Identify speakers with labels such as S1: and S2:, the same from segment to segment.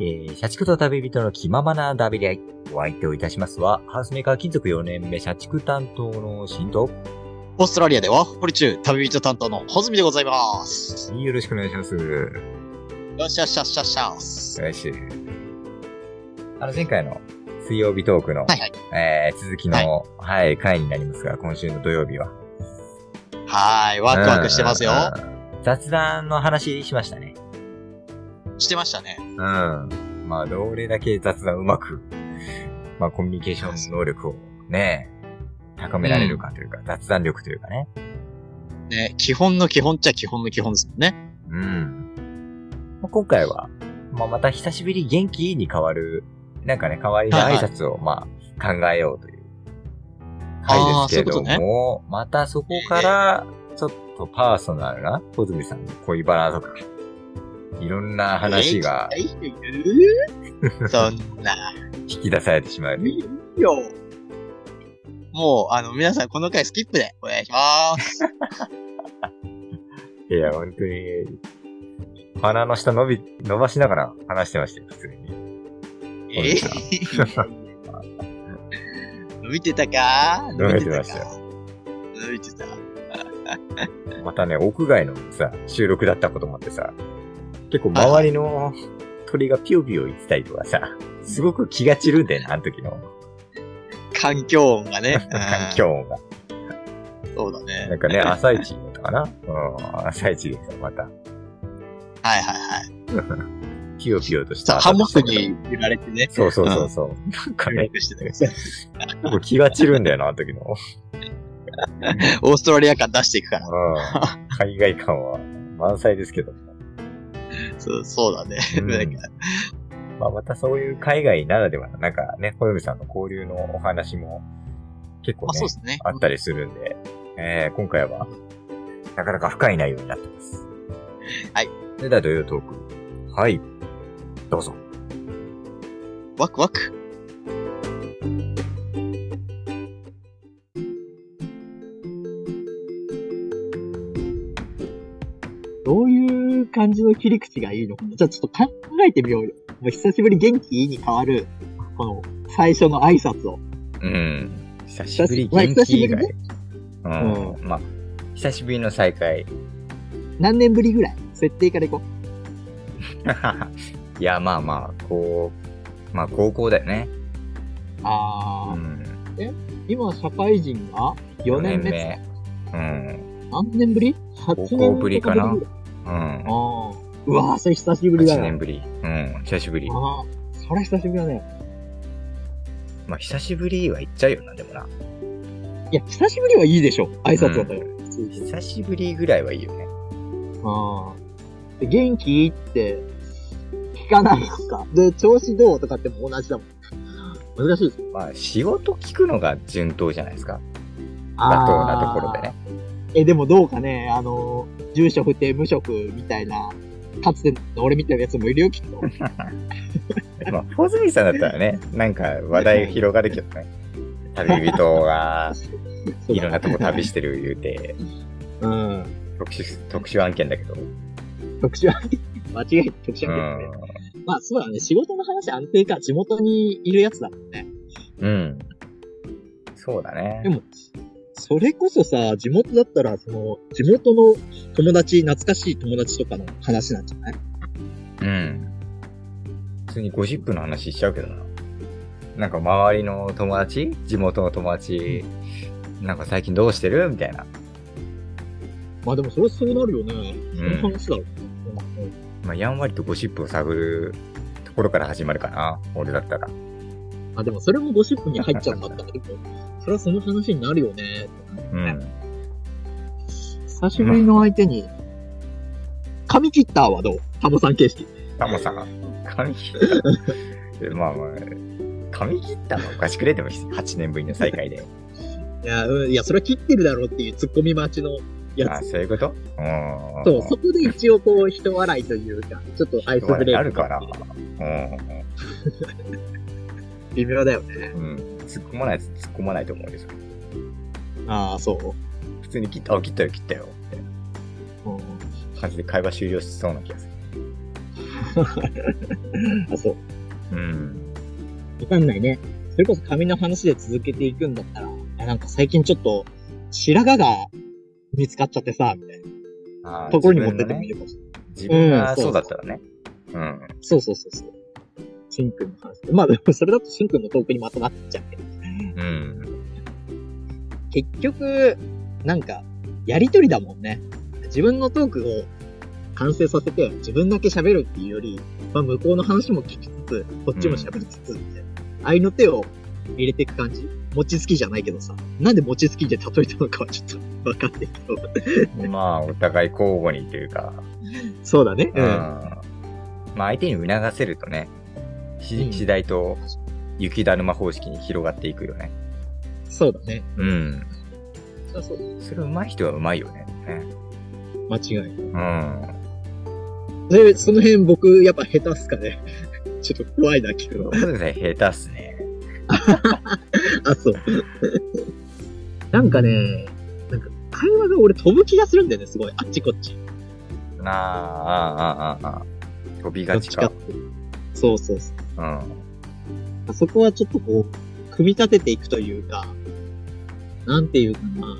S1: えー、社畜と旅人の気ままなダビリ合い。お相手をいたしますは、ハウスメーカー金属4年目社畜担当の新と。
S2: オーストラリアでは、ホリチュー旅人担当のホズミでございます。
S1: よろしくお願いします。
S2: よっしゃよっしゃよっしゃよっしゃっす。
S1: よし。あの、前回の水曜日トーク
S2: は
S1: の、
S2: いはい。
S1: えー、続きの、はい、回になりますが、今週の土曜日は。
S2: はーい、ワクワクしてますよ。
S1: うんうんうん。雑談の話しましたね。
S2: してましたね。
S1: うん。まあ、どれだけ雑談うまく、まあ、コミュニケーション能力をね、高められるかというか、雑談力というかね。
S2: ね、基本の基本っちゃ基本の基本ですもんね。
S1: うん。まあ、今回は、まあ、また久しぶり元気に変わる、なんかね、代わりの挨拶を、まあ、考えようという回ですけれども、
S2: あーそういう
S1: またそこから、ちょっとパーソナルな、小泉さんの恋バナとか、いろんな話が
S2: えーそんな、
S1: 引き出されてしまう。
S2: いいよ。もう、あの、皆さんこの回スキップでお願いします。
S1: いや、本当に、鼻の下伸び、伸ばしながら話してましたよ、普通に。
S2: えー伸びてたか
S1: 伸びてましたよ
S2: 伸びてた。
S1: またね、屋外のさ、収録だったこともあってさ、結構周りの鳥がピヨピヨ言ってたりとかさ、すごく気が散るんだよね、あの時の
S2: 環境音がね。うん
S1: 環境音が。
S2: そうだね。
S1: なんかね、朝一だったかなうん、朝一でさ、また、
S2: はいはいはい。
S1: ピヨピヨとした。
S2: さあ、ハンモック。に揺られてね。
S1: そうそうそうそう。なんか
S2: 揺られ
S1: ね、
S2: てしてたけどさ
S1: 結構気が散るんだよな、あの時の。
S2: オーストラリア感出していくから。
S1: うん。海外感は満載ですけど。
S2: そうそうだね。
S1: うん
S2: なんか
S1: まあ、またそういう海外ならではの、なんかね、小泉さんの交流のお話も結構
S2: まあ
S1: ね
S2: そう、ですね。
S1: あったりするんで、えー今回は、なかなか深い内容になってます。
S2: はい。
S1: それでは土曜トーク。はい。どうぞ。
S2: ワクワク。
S3: どういう感じの切り口がいいのかなじゃあちょっと考えてみようよ。もう久しぶり元気に変わる、この最初の挨拶を。
S1: うん。久しぶり
S3: まあ
S1: 元気以
S3: 久
S1: 外
S3: し。
S1: うん。まあ、久しぶりの再会。
S3: 何年ぶりぐらい設定からいこ
S1: いや、まあまあ、こう、まあ高校だよね。
S3: う。あ
S1: う
S3: ー、
S1: ん。
S3: 今社会人が4年目。
S1: 四年
S3: 何年ぶり ?8 年
S1: 高校ぶりかな
S3: あー
S1: 目。うん。
S3: うわー、それ久しぶりだ
S1: 8
S3: よ。
S1: 年ぶり。うん、久しぶり。
S3: あー、それ久しぶりだね。
S1: まあ、久しぶりは言っちゃうよな、でもな。
S3: いや、久しぶりはいいでしょ。挨拶だったら。普通に
S1: 久しぶりぐらいはいいよね。
S3: あーで元気って聞かないですか。で、調子どうとかっても同じだもん。難しいです
S1: まあ、仕事聞くのが順当じゃないですか。妥
S3: あ
S1: 当なところでね。
S3: ー。え、でもどうかね、あの、住所不定無職みたいな、かつての俺みたいなやつもいるよ、きっと。
S1: まあ、小泉さんだったら ね、なんか話題が広がるけどね。旅人 が、 いろんなとこ旅してる言うて、
S3: うん。
S1: 特殊、特殊案件だけど。う
S3: 特殊案件。 間違いない特殊案件だね。
S1: ん。
S3: まあ、そうだね。仕事の話安定か、地元にいるやつだもんね。
S1: うん。そうだね
S3: で。も、それこそさ、地元だったら、その、地元の友達、懐かしい友達とかの話なんじゃない
S1: うん。普通にゴシップの話しちゃうけどな。なんか周りの友達地元の友達、なんか最近どうしてるみたいな。
S3: まあでも、それはそうなるよね。その話だろうね、うん
S1: まあ、やんわりとゴシップを探るところから始まるかな。俺だったら。
S3: あ、でもそれもゴシップに入っちゃうんだったら、でも、それはその話になるよね。
S1: うん。
S3: 久しぶりの相手に、髪切ったはどうタモさん形式。
S1: タモさん、髪切った。まあまあ、髪切ったのおかしくれても8年ぶりの再会で。
S3: いや、うんいや、それは切ってるだろうっていう突っ込み待ちのや
S1: あ、
S3: つ。
S1: そういうことう
S3: そう、そこで一応こう、人笑いというか、ちょっとアイスブレ
S1: あ
S3: イ
S1: る
S3: ク
S1: か
S3: が
S1: ら。
S3: 微妙だよね。
S1: うん。うん。突っ込まないやつ突っ込まないと思うんですよ。
S3: ああ、そう。
S1: 普通に切った、あ、切ったよ、切ったよ。
S3: うん
S1: 感じで会話終了しそうな気がする。
S3: あ、そう。
S1: うん。
S3: わかんないね。それこそ髪の話で続けていくんだったら、あなんか最近ちょっと、白髪が見つかっちゃってさ、みたい
S1: あ
S3: な
S1: ー
S3: ところに持ってってもいいかもしれない。
S1: 自分
S3: うん
S1: が
S3: そう
S1: そうだったらね。うん。
S3: そうそうそうそう。しんくんの話。まあでもそれだとしんくんのトークにまとまっちゃうけど。
S1: うん。
S3: 結局、なんか、やりとりだもんね。自分のトークを完成させて、自分だけ喋るっていうより、まあ向こうの話も聞きつつ、こっちも喋りつつ、みたいな。愛の手を入れていく感じ。餅つきじゃないけどさ。なんで餅つきで例えたのかはちょっとわかんないけど。
S1: まあ、お互い交互にというか、
S3: そうだね。
S1: う。
S3: うんん。
S1: まあ、相手に促せるとね、
S3: う
S1: し
S3: ん
S1: 次第と雪だるま方式に広がっていくよね。
S3: そうだね。
S1: うん。
S3: あそう。
S1: それ上手い人は上手いよね。
S3: 間違いない。
S1: うん。
S3: で、その辺僕、やっぱ下手っすかね。 ちょっと怖いな、聞くの。
S1: 小さん下手っすね。
S3: あ、そう。なんかね、なんか会話が俺飛ぶ気がするんだよね、すごい。あっちこっち。
S1: あーあー、あーあー、あー飛び
S3: ど
S1: が
S3: っ
S1: ち
S3: ちか
S1: か
S3: っ。て。そうそうそう。
S1: うん。
S3: あそこはちょっとこう、組み立てていくというか、なんていうかな。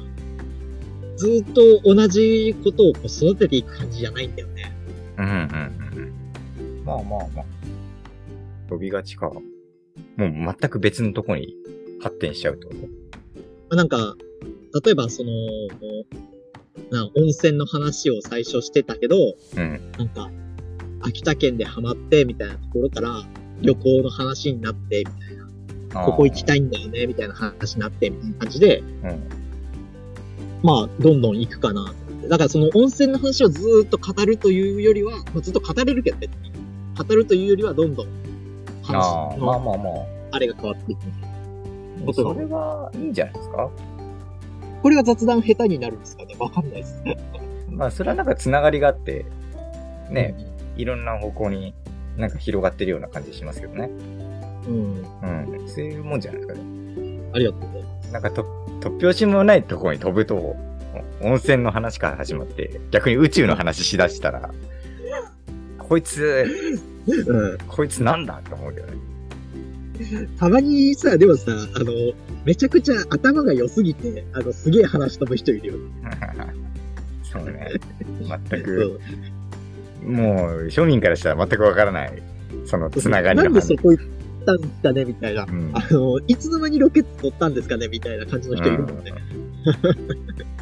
S3: ずーっと同じことをこう育てていく感じじゃないんだよね。
S1: うんうんうんうん。まあまあまあ。飛びがちか。もう全く別のとこに発展しちゃうってこと
S3: まあ、なんか、例えばその、な温泉の話を最初してたけど、
S1: うん。
S3: なんか、秋田県でハマってみたいなところから、旅行の話になって、ここ行き
S1: い。
S3: たいんだよね、みたいな話になって、みたいな感じで、
S1: うん
S3: まあ、どんどん行くかなと思って。だからその温泉の話をずーっと語るというよりは、まあ、ずっと語れるけど別に、語るというよりはどんどん話
S1: ああ、まあ
S3: の
S1: まあまあ。
S3: あれが変わっていくみたいな。ことが
S1: それはいいんじゃないですか
S3: これが雑談下手になるんですかねわかんないです。
S1: まあそれはなんかつながりがあって、ね、いろんな方向になんか広がってるような感じしますけどね。
S3: うん。
S1: うん。そういうもんじゃないですかね。
S3: ありがとうございます。
S1: なんかと、突拍子もないところに飛ぶと、温泉の話から始まって、逆に宇宙の話しだしたら、こいつ、
S3: うん。
S1: こいつなんだって思うけどね。
S3: たまにさ、でもさ、あの、めちゃくちゃ頭が良すぎて、あの、すげえ話飛ぶ人いるよ。
S1: そうね。全
S3: そ
S1: く、
S3: う。
S1: もう庶民からしたら全くわからない、そのつながり
S3: なん
S1: の
S3: でそ
S1: 話。
S3: こ行ったんですかねみたいな。
S1: うん
S3: あの、いつの間にロケット取ったんですかねみたいな感じの人いるもんね。
S1: うん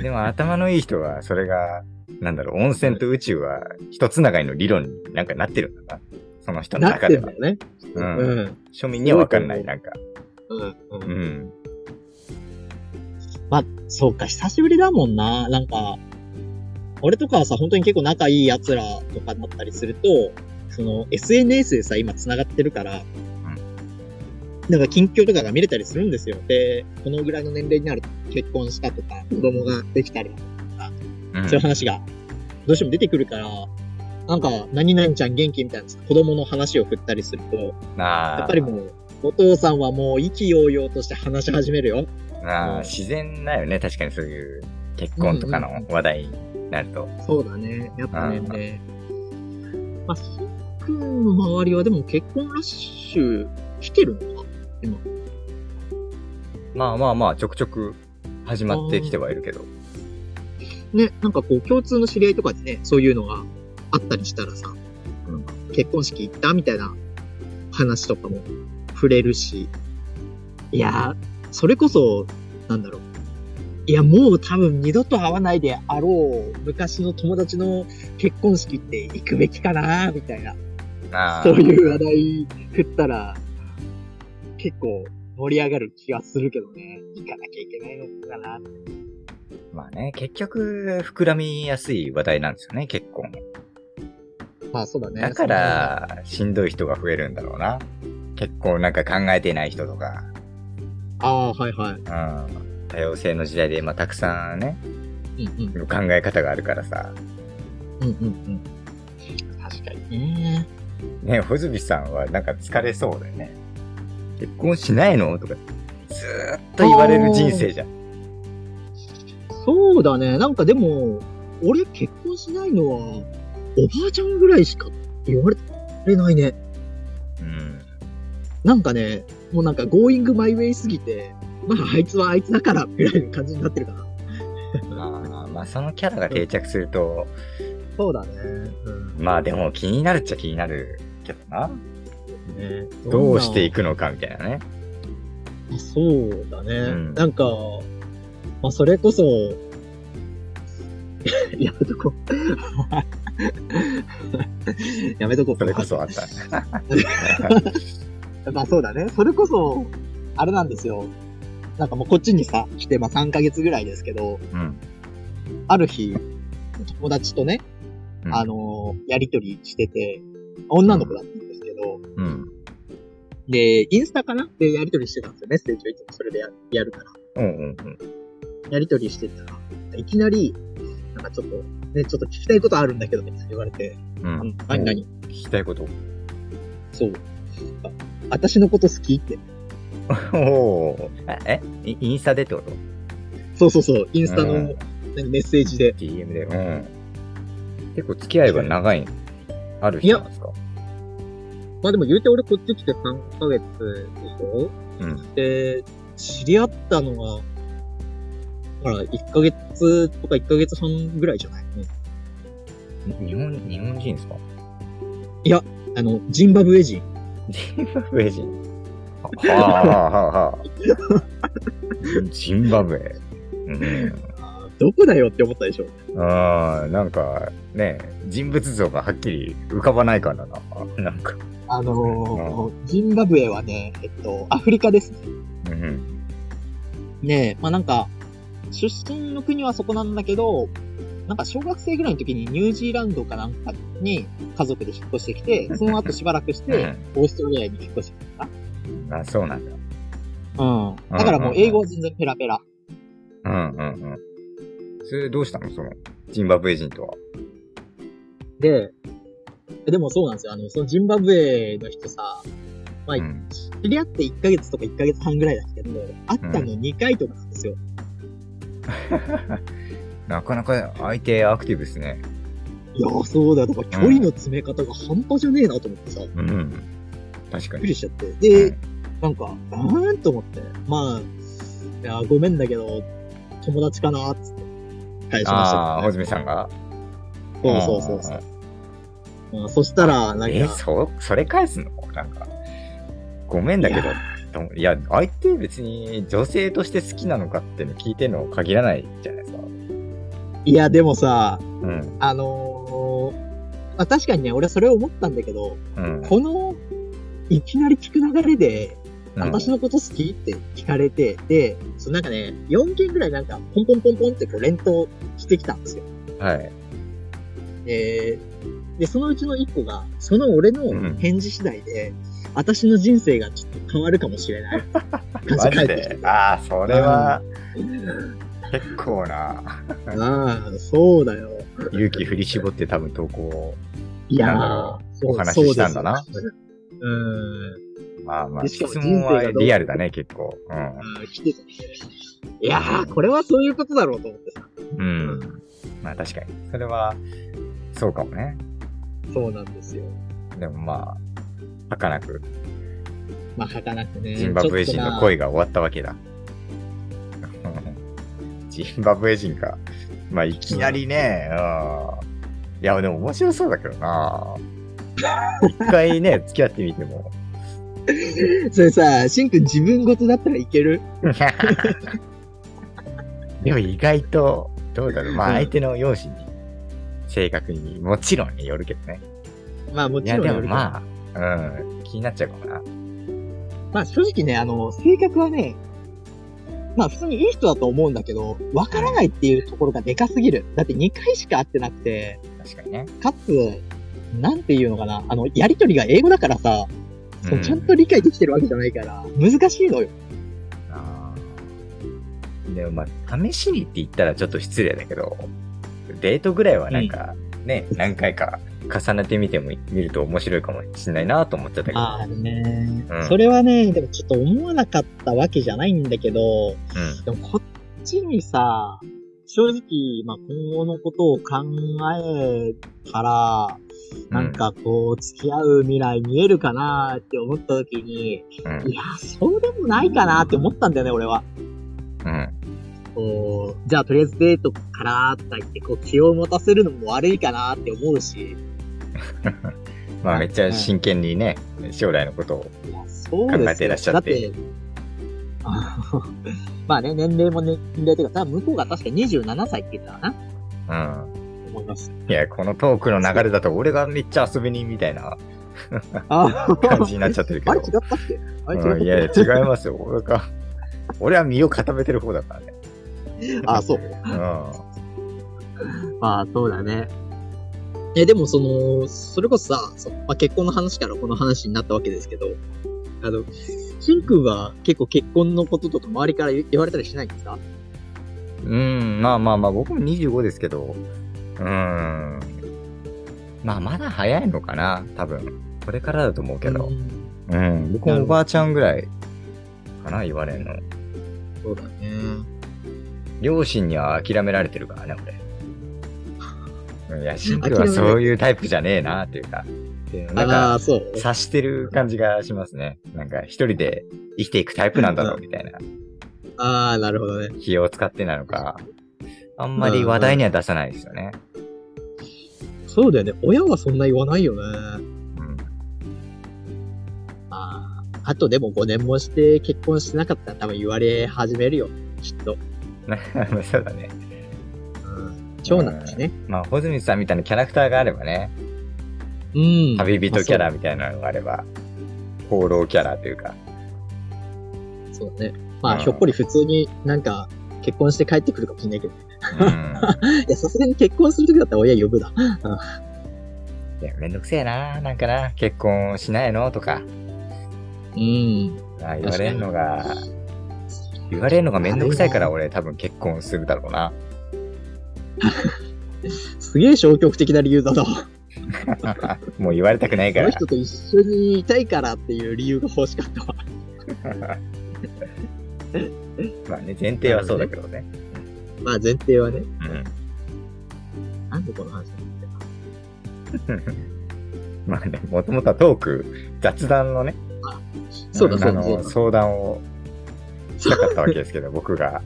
S1: でも頭のいい人は、それが、なんだろう、温泉と宇宙は一つながりの理論になんかなってるんだな。その人の
S3: なっ
S1: 中
S3: て
S1: で
S3: ん
S1: は
S3: だ。よね。
S1: う
S3: うんん。うん。
S1: 庶民にはわかんない、なんか。
S3: うん。
S1: うん。
S3: まあ、そうか、久しぶりだもんな。なんか、俺とかはさ、本当に結構仲いい奴らとかになったりすると、その、SNS でさ、今繋がってるから、なんか近況とかが見れたりするんですよ。で、このぐらいの年齢になると結婚したとか、子供ができたり、
S1: うん
S3: そういう話がどうしても出てくるから、なんか、何々ちゃん元気みたいな子供の話を振ったりすると、
S1: あー
S3: やっぱりもう、お父さんはもう意気揚々として話し始めるよ。
S1: あ
S3: うん
S1: ー自然だよね、確かにそういう結婚とかの話題になると。
S3: そうだね。やっ
S1: ぱ年
S3: 齢。まあ、しんくんの周りはでも結婚ラッシュ来てるのか
S1: まあまあまあ、ちょくちょく始まってきてはいるけど。
S3: ね、なんかこう共通の知り合いとかでね、そういうのがあったりしたらさ、結婚式行ったみたいな話とかも触れるし、いやー、それこそ、なんだろう。いや、もう多分二度と会わないであろう昔の友達の結婚式って行くべきかなみたいな。
S1: あー
S3: そういう話題振ったら、結構盛り上がる気がするけどね。行かなきゃいけないのかな。
S1: まあね、結局、膨らみやすい話題なんですよね、結婚。
S3: まあそうだね。
S1: だから、しんどい人が増えるんだろうな。結構なんか考えてない人とか、
S3: その。ああ、はいはい。
S1: うん。多様性の時代で、まあ、たくさんね、
S3: うんうん。
S1: 考え方があるからさ。
S3: うんうんうん。確かにね。
S1: ね、ほずびさんはなんか疲れそうだよね。結婚しないのとか、ずーっと言われる人生じゃん。
S3: そうだね。なんかでも、俺結婚しないのは、おばあちゃんぐらいしか言われてれないね。
S1: うん。
S3: なんかね、もうなんか、going my way すぎて、まあ、あいつはあいつだから、ぐらいの感じになってるかな。
S1: まあ、まあ、そのキャラが定着すると、
S3: そうだね。うん。
S1: まあでも気になるっちゃ気になるけどな。
S3: ね、
S1: どうしてい
S3: く
S1: くのかみたいなね。
S3: そうだね。
S1: うん
S3: なんか、まあ、それこそ、 やめとこう。 やめとこう。
S1: それこそあった。
S3: まあそうだね。それこそ、あれなんですよ。なんかもうこっちにさ、来てまあ3ヶ月ぐらいですけど、
S1: うん。
S3: ある日、友達とね、
S1: うん
S3: あのーやりとりしてて、女の子だったんですけど、
S1: うん。
S3: で、インスタかなでやりとりしてたんですよ。メッセージをいつもそれでややるから。
S1: うんうんうん。
S3: やりとりしてたら、いきなり、なんかちょっと、ね、ちょっと聞きたいことあるんだけど、みたいな言われて、
S1: うん。
S3: うん、何何
S1: 聞きたいこと。
S3: そう。あ私のこと好きって。
S1: おーえイインスタでってこと
S3: そうそうそう。インスタ
S1: う
S3: の
S1: ん
S3: 何メッセージで。
S1: ?DM で。うん。結構付き合いが長い、ある人なんですか
S3: まあでも言うて俺こっち来て3ヶ月でしょ
S1: うん。
S3: で、知り合ったのが、ほら、1ヶ月とか1ヶ月半ぐらいじゃない、
S1: 日本、日本人ですか
S3: あの、ジンバブエ人。
S1: ジンバブエ人。はあはあはあはあ。 ジンバブエ。うん。
S3: どこだよって思ったでしょ
S1: あーなんか、ね、人物像がはっきり浮かばないからな。なんか。
S3: あのー、ジンバブエはね、えっと、アフリカですね。
S1: うん。
S3: ねえ、まあなんか、出身の国はそこなんだけど、なんか小学生ぐらいの時にニュージーランドかなんかに家族で引っ越してきて、その後しばらくして、オーストラリアに引っ越してきたか
S1: うん。あ、そうなんだ。
S3: な。うん。だからもう英語は全然ペラペラ。
S1: うんうんうん。それどうしたのその、ジンバブエ人とは。
S3: で、でもそうなんですよ。あの、そのジンバブエの人さ、は
S1: う
S3: い
S1: ん。
S3: 知り合って1ヶ月とか1ヶ月半ぐらいだけど、会ったの2回とかなんですよ。
S1: なかなか相手アクティブですね。
S3: いやー、そうだよ。だから距離の詰め方が半端じゃねえなと思ってさ、びっ
S1: うん。確か
S3: く
S1: に。
S3: りしちゃって。で、
S1: うん
S3: なんか、うーんと思って、まあ、いや、ごめんだけど、友達かな、つって、返しました
S1: ああ、
S3: け
S1: ほずみさんが
S3: どね、そうそうそうそう。まあそしたら、なん
S1: え、
S3: か、
S1: そ、それ返すのなんか、ごめんだけど、ともいや、相手別に女性として好きなのかっていうの聞いてるの限らないじゃないですか。
S3: いや、でもさ、
S1: うん。
S3: あのーまあ、確かにね、俺はそれを思ったんだけど、
S1: うん。
S3: この、いきなり聞く流れで、
S1: うん
S3: 私のこと好きって聞かれて、で、そのなんかね、4件ぐらいなんか、ポンポンポンポンってこう連投してきたんですよ。
S1: はい。
S3: で、で、そのうちの一個が、その俺の返事次第で、私の人生がちょっと変わるかもしれない。
S1: マジ
S3: 返ってき
S1: で
S3: て。
S1: ああ、それは、結構な、
S3: ああ、そうだよ。
S1: 勇気振り絞って多分投稿を。
S3: いやー
S1: な、
S3: そう
S1: お話ししたんだな。
S3: そうですうん。
S1: まあまあ、
S3: でし
S1: 質
S3: かも
S1: 問はリアルだね、結構。
S3: あー来てたね。いやー、これはそういうことだろうと思ってさ。
S1: うん。うん。まあ確かに。それは、そうかもね。
S3: そうなんですよ。
S1: でもまあ、儚く、
S3: まあ、儚くね。
S1: ジンバブエ人の恋が終わったわけだ。ジンバブエ人か。まあ、いきなりね、うん。いや、でも面白そうだけどな。一回 ね、付き合ってみても。
S3: ちょっとな。それさ、しんくん自分事だったらいける
S1: でも意外と、どうだろう。まあ、
S3: うん
S1: 相手の容姿に、性格にもちろんよるけどね。
S3: まあ、も
S1: い
S3: ち
S1: や、
S3: ろん
S1: で
S3: よ
S1: も
S3: るけど
S1: まあ、うん、気になっちゃうかもな。
S3: まあ正直ね、あの、性格はね、まあ普通にいい人だと思うんだけど、わからないっていうところがでかすぎる。だって2回しか会ってなくて、
S1: 確かにね。
S3: かつ、なんていうのかな、あの、やりとりが英語だからさ、そう
S1: うん
S3: ちゃんと理解できてるわけじゃないから、難しいのよ。
S1: あーでもまあ、試しにって言ったらちょっと失礼だけど、デートぐらいはなんか、ね、何回か重ねてみても、見ると面白いかもしんないなと思っちゃったけど。
S3: ああね、
S1: うん
S3: それはね、でもちょっと思わなかったわけじゃないんだけど、でもこっちにさ、正直、まあ、今後のことを考えたら、なんかこう、付き合う未来見えるかなって思った時に、
S1: うん、
S3: いや、そうでもないかなって思ったんだよね、俺は。
S1: うん、
S3: こう、じゃあとりあえずデートからとか言って、こう、気を持たせるのも悪いかなって思うし、
S1: まあめっちゃ真剣にね、将来のことを。
S3: いや、そうですよ
S1: 考えていらっしゃって
S3: だって、あの まあね、年齢もね年齢というか、多分向こうが確か27歳って言ってたかな
S1: うん。
S3: 思い ます。
S1: いや、このトークの流れだと俺がめっちゃ遊び人みたいな
S3: あ
S1: 感じになっちゃってるけ ど。
S3: あれ違ったっけあれ違ったっ
S1: うん、
S3: け
S1: いやいや違いますよ。俺が、俺は身を固めてる方だからね。
S3: あ、そう。
S1: う
S3: まあ、そうだね。え、でもその、それこそさ、そのまあ、結婚の話からこの話になったわけですけど、あの、しんくんは結構結婚のこととか周りから言言われたりしないんですか
S1: ん。うん、まあまあまあ、僕も25ですけど、うん。まあ、まだ早いのかな、多分。これからだと思うけど
S3: う。ん
S1: うん、僕もおばあちゃんぐらいかな、言われるの。
S3: そうだね。
S1: 両親には諦められてるからね、俺。いや、シンクルはそういうタイプじゃねえな、っていうか。なん
S3: あ
S1: か、
S3: あ、そう。
S1: 察してる感じがしますね。なんか、一人で生きていくタイプなんだろう、みたいな。
S3: ああ、なるほどね。
S1: 気を使ってなのか。あんまり話題には出さないですよね。
S3: そうだよね。親はそんな言わないよね。
S1: うん。
S3: ああ、あとでも5年もして結婚してなかったら多分言われ始めるよ。きっと。
S1: そうだね。
S3: 長男だしね。
S1: まあ、穂積さんみたいなキャラクターがあればね、
S3: うん。
S1: 旅人キャラみたいなのがあれば、放浪キャラというか。
S3: そうだね。まあ、
S1: うん
S3: ひょっこり普通になんか、結婚して帰ってくるかもしれないけど。
S1: うん。
S3: いや、さすがに結婚するときだったら親呼ぶな。
S1: いや、めんどくせえな、なんかな、結婚しないのとか、
S3: うん。
S1: まあ、言われんのが、言われんのがめんどくさいから俺多分結婚するだろうな。
S3: すげえ消極的な理由だな。こ
S1: もう言われたくないか
S3: の
S1: ら。
S3: 人と一緒にいたいからっていう理由が欲しかったわ。
S1: まあね、前提はそうだけどね。
S3: まあ、前提はね。
S1: うん。
S3: なんでこの話なんだよ
S1: まあね、もともとはトーク、雑談のね、
S3: そうだ、そう
S1: あ
S3: だ、そう
S1: の、
S3: だ。
S1: 相談をしたかったわけですけど、僕が。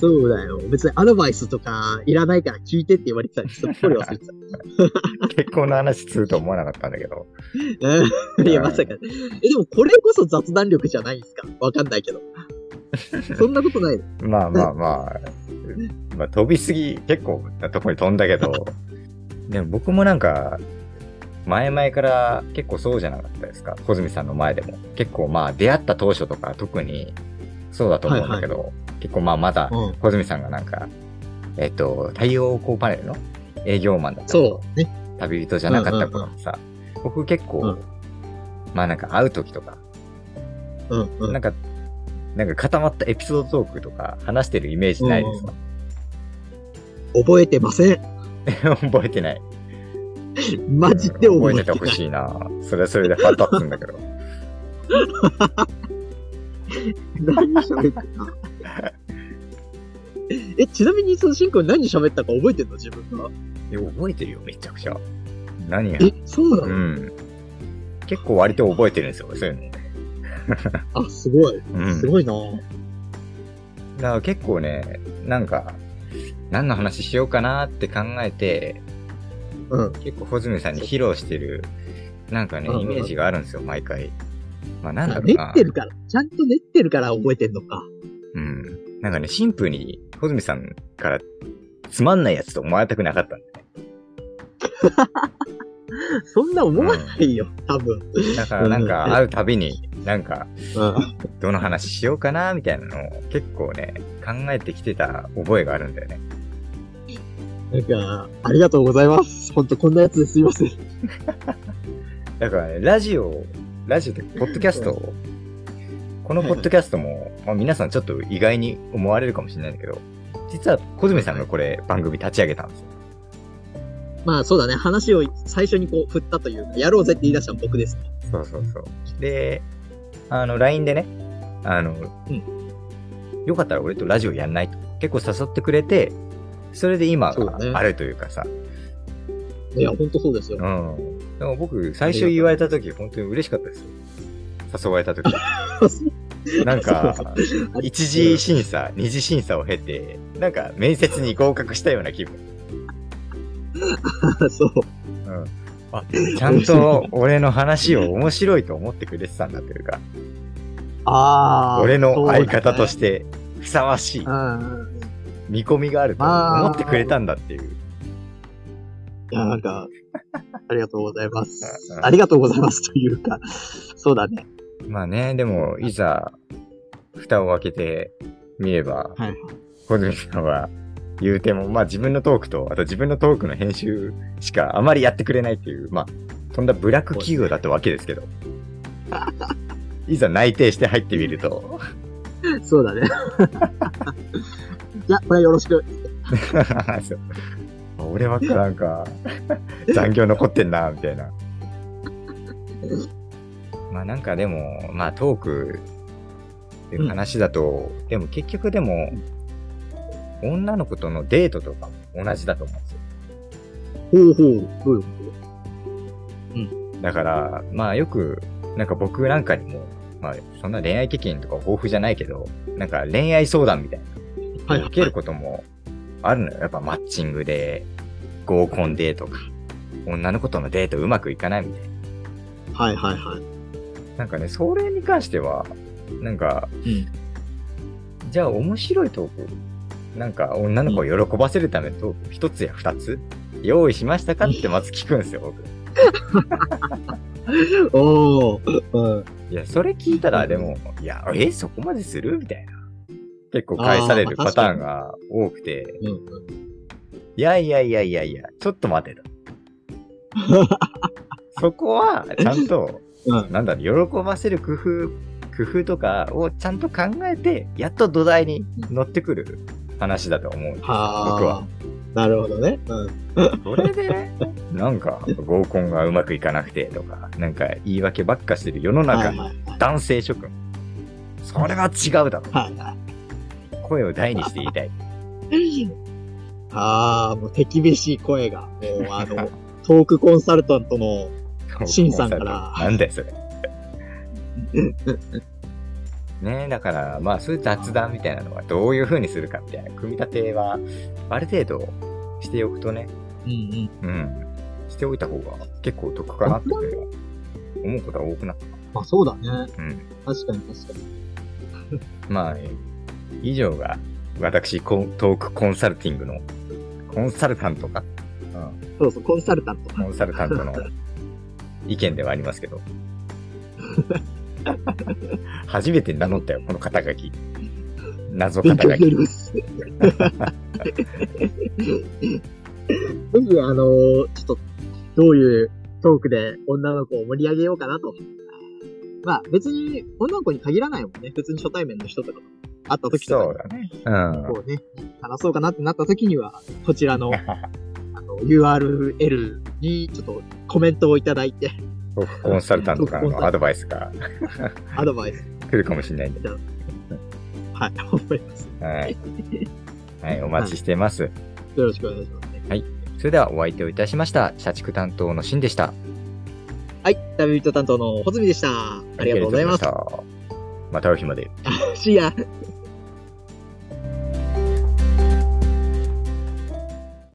S3: そうだよ。別にアドバイスとかいらないから聞いてって言われてたら、 すっぽり忘れてた。
S1: 結婚の話すると思わなかったんだけど。
S3: うんいや、まさか。え、でもこれこそ雑談力じゃないんですかわかんないけど。そんなことないの
S1: まあまあまあ、まあ飛びすぎ、結構なとこに飛んだけ ど、でも僕もなんか、前々から結構そうじゃなかったですか小泉さんの前でも。結構まあ出会った当初とか特にそうだと思うんだけど、結構まあまだ
S3: うん。
S1: 小泉さんがなんか、えっと、太陽光パネルの営業マンだった頃
S3: そう。ね。
S1: 旅人じゃなかった頃もさ、僕結構、
S3: うん
S1: まあなんか会う時とか、
S3: うんうん。
S1: なんか、なんか固まったエピソードトークとか話してるイメージないですか、
S3: 覚えてません。
S1: 覚えてない。
S3: マジで覚えて
S1: て
S3: な
S1: て
S3: い。
S1: ほしいな。それはそれで腹立つんだ けど。
S3: 何喋ったか。え、ちなみにそのシンくん何喋ったか覚えてんの自分が。
S1: いや覚えてるよ、めちゃくちゃ。何が
S3: え、そうな
S1: う
S3: の、
S1: ん。結構割と覚えてるんですよ、そういうの。
S3: あ、すごい。
S1: うん。
S3: す
S1: い。
S3: ごいな、
S1: だから結構ね、なんか、何の話しようかなって考えて、
S3: うん。
S1: 結構、穂積さんに披露してる、なんかね、
S3: うんうん
S1: イメージがあるんですよ、毎回。まあ、なんだろう
S3: 練
S1: な。
S3: ってるから。ちゃんと練ってるから覚えてんのか。
S1: うん。なんかね、シンプルに、穂積さんから、つまんないやつと思われたくなかったん
S3: そんな思わないよ、多分。
S1: だからなんか
S3: うん
S1: 会うたびに、なんか
S3: うん。
S1: どの話しようかなみたいなのを結構ね、考えてきてた覚えがあるんだよね。
S3: なんか、ありがとうございます。ほんと、こんなやつですいません。
S1: だからね、ラジオ、ラジオってポッドキャストを、このポッドキャストも、まあ、皆さんちょっと意外に思われるかもしれないんだけど、実は小泉さんがこれ番組立ち上げたんですよ。
S3: まあそうだね、話を最初にこう振ったというか、やろうぜって言い出したの僕です。
S1: そうそうそう。で、あの、LINE でね、あの、
S3: うん
S1: よかったら俺とラジオやんないと。結構誘ってくれて、それで今
S3: そうね
S1: があるというかさ。
S3: いや、ほんとそうですよ
S1: う。ん。でも僕、最初言われた時、本当に嬉しかったですよ。誘われ た時。なんか
S3: そう、
S1: 一次審査、二次審査を経て、なんか面接に合格したような気分。
S3: そう。
S1: うん。あ、ちゃんと俺の話を面白いと思ってくれてたんだというか、
S3: ああ。
S1: 俺の相方と
S3: て。
S1: してふさわしい
S3: うんうん。い
S1: 見込みがあると思ってくれたんだっていう。
S3: や、なん か、ありがとうございます
S1: う。ん
S3: ありがとうございますというか、そうだね。
S1: まあね、でも、いざ、蓋を開けてみれば、
S3: はい
S1: 小泉さんは、言うても、まあ自分のトークと、あと自分のトークの編集しかあまりやってくれないっていう、まあ、とんだブラック企業だったわけですけ ど。いざ内定して入ってみると、
S3: そ うだね。じゃあ、これはよろしく。
S1: そう俺ばっかなんか、残業残ってんな、みたいな。まあなんかでも、まあトークっていう話だと、でも結局でも、女の子とのデートとかも同じだと思うんですよ。
S3: ほうほう。どういうこと
S1: だから、まあよく、なんか僕なんかにも、まあそんな恋愛経験とか豊富じゃないけど、なんか恋愛相談みたい
S3: は
S1: な、
S3: いはい
S1: 受けることもあるのよ。やっぱマッチングで、合コンデートか、女の子とのデートうまくいかないみたいな。
S3: はいはいはい。
S1: なんかね、それに関しては、なんか、
S3: うん
S1: じゃあ面白いトーク、なんか女の子を喜ばせるためのトーク一つや二つ用意しましたかってまず聞くんですよ、僕。
S3: おー。うん。
S1: いや、それ聞いたら、でも、いや、え、そこまでするみたいな。結構返される
S3: あーまあ
S1: パターンが多くて、
S3: うん
S1: いやいやいやいやいや、ちょっと待て と。そこは、ちゃんと、
S3: うん
S1: なんだろう、喜ばせる工夫、工夫とかをちゃんと考えて、やっと土台に乗ってくる話だと思う。僕
S3: は
S1: は
S3: あ。なるほどね。うん。
S1: それでね、なんか、合コンがうまくいかなくてとか、なんか言い訳ばっかしてる世の中
S3: はい
S1: の
S3: はい
S1: 男性諸君。それは違うだろ。
S3: はいはい。
S1: 声を大にして言いたい。
S3: ああ、もう手厳しい声が。もう、あ の、トークコンサルタントの、シンさんから
S1: なんだよ、それ。ねえ、だから、まあ、そういう雑談みたいなのはどういう風にするかみたいな、組み立ては、ある程度しておくとね、
S3: うんうん。
S1: うん、しておいた方が結構得かなっていうのは思うことが多くなった。
S3: まあそうだね。
S1: うん。
S3: 確かに確かに。
S1: まあ、えー以上が、私、コントークコンサルティングの、コンサルタントか、うん、
S3: そうそう、コンサルタント。
S1: コンサルタントの意見ではありますけど。 初めて名乗ったよ、この肩書き。謎
S3: 勉
S1: 肩
S3: 強
S1: 書
S3: にな
S1: き。
S3: ります。 ぜひ、あのーちょっと、どういうトークで女の子を盛り上げようかなと。まあ別に女の子に限らないもんね。別に初対面の人とかと会った時とか
S1: そ
S3: に
S1: うだね。うん。
S3: こうね、話そうかなってなった時には、こちら のあの URL にちょっとコメントをいただいて、
S1: トークコンサルタントからのアドバイスが
S3: アドバイス、
S1: 来るかもしれないんで。
S3: はい、思います。
S1: はい。はい、お待ちしています。
S3: よろしくお願いします。
S1: それではお相手をいたしました。社畜担当のシンでした。
S3: はい、旅人担当のホズミでした。ありがとうございます。
S1: ありがとうございました。またお日まで。
S3: See ya.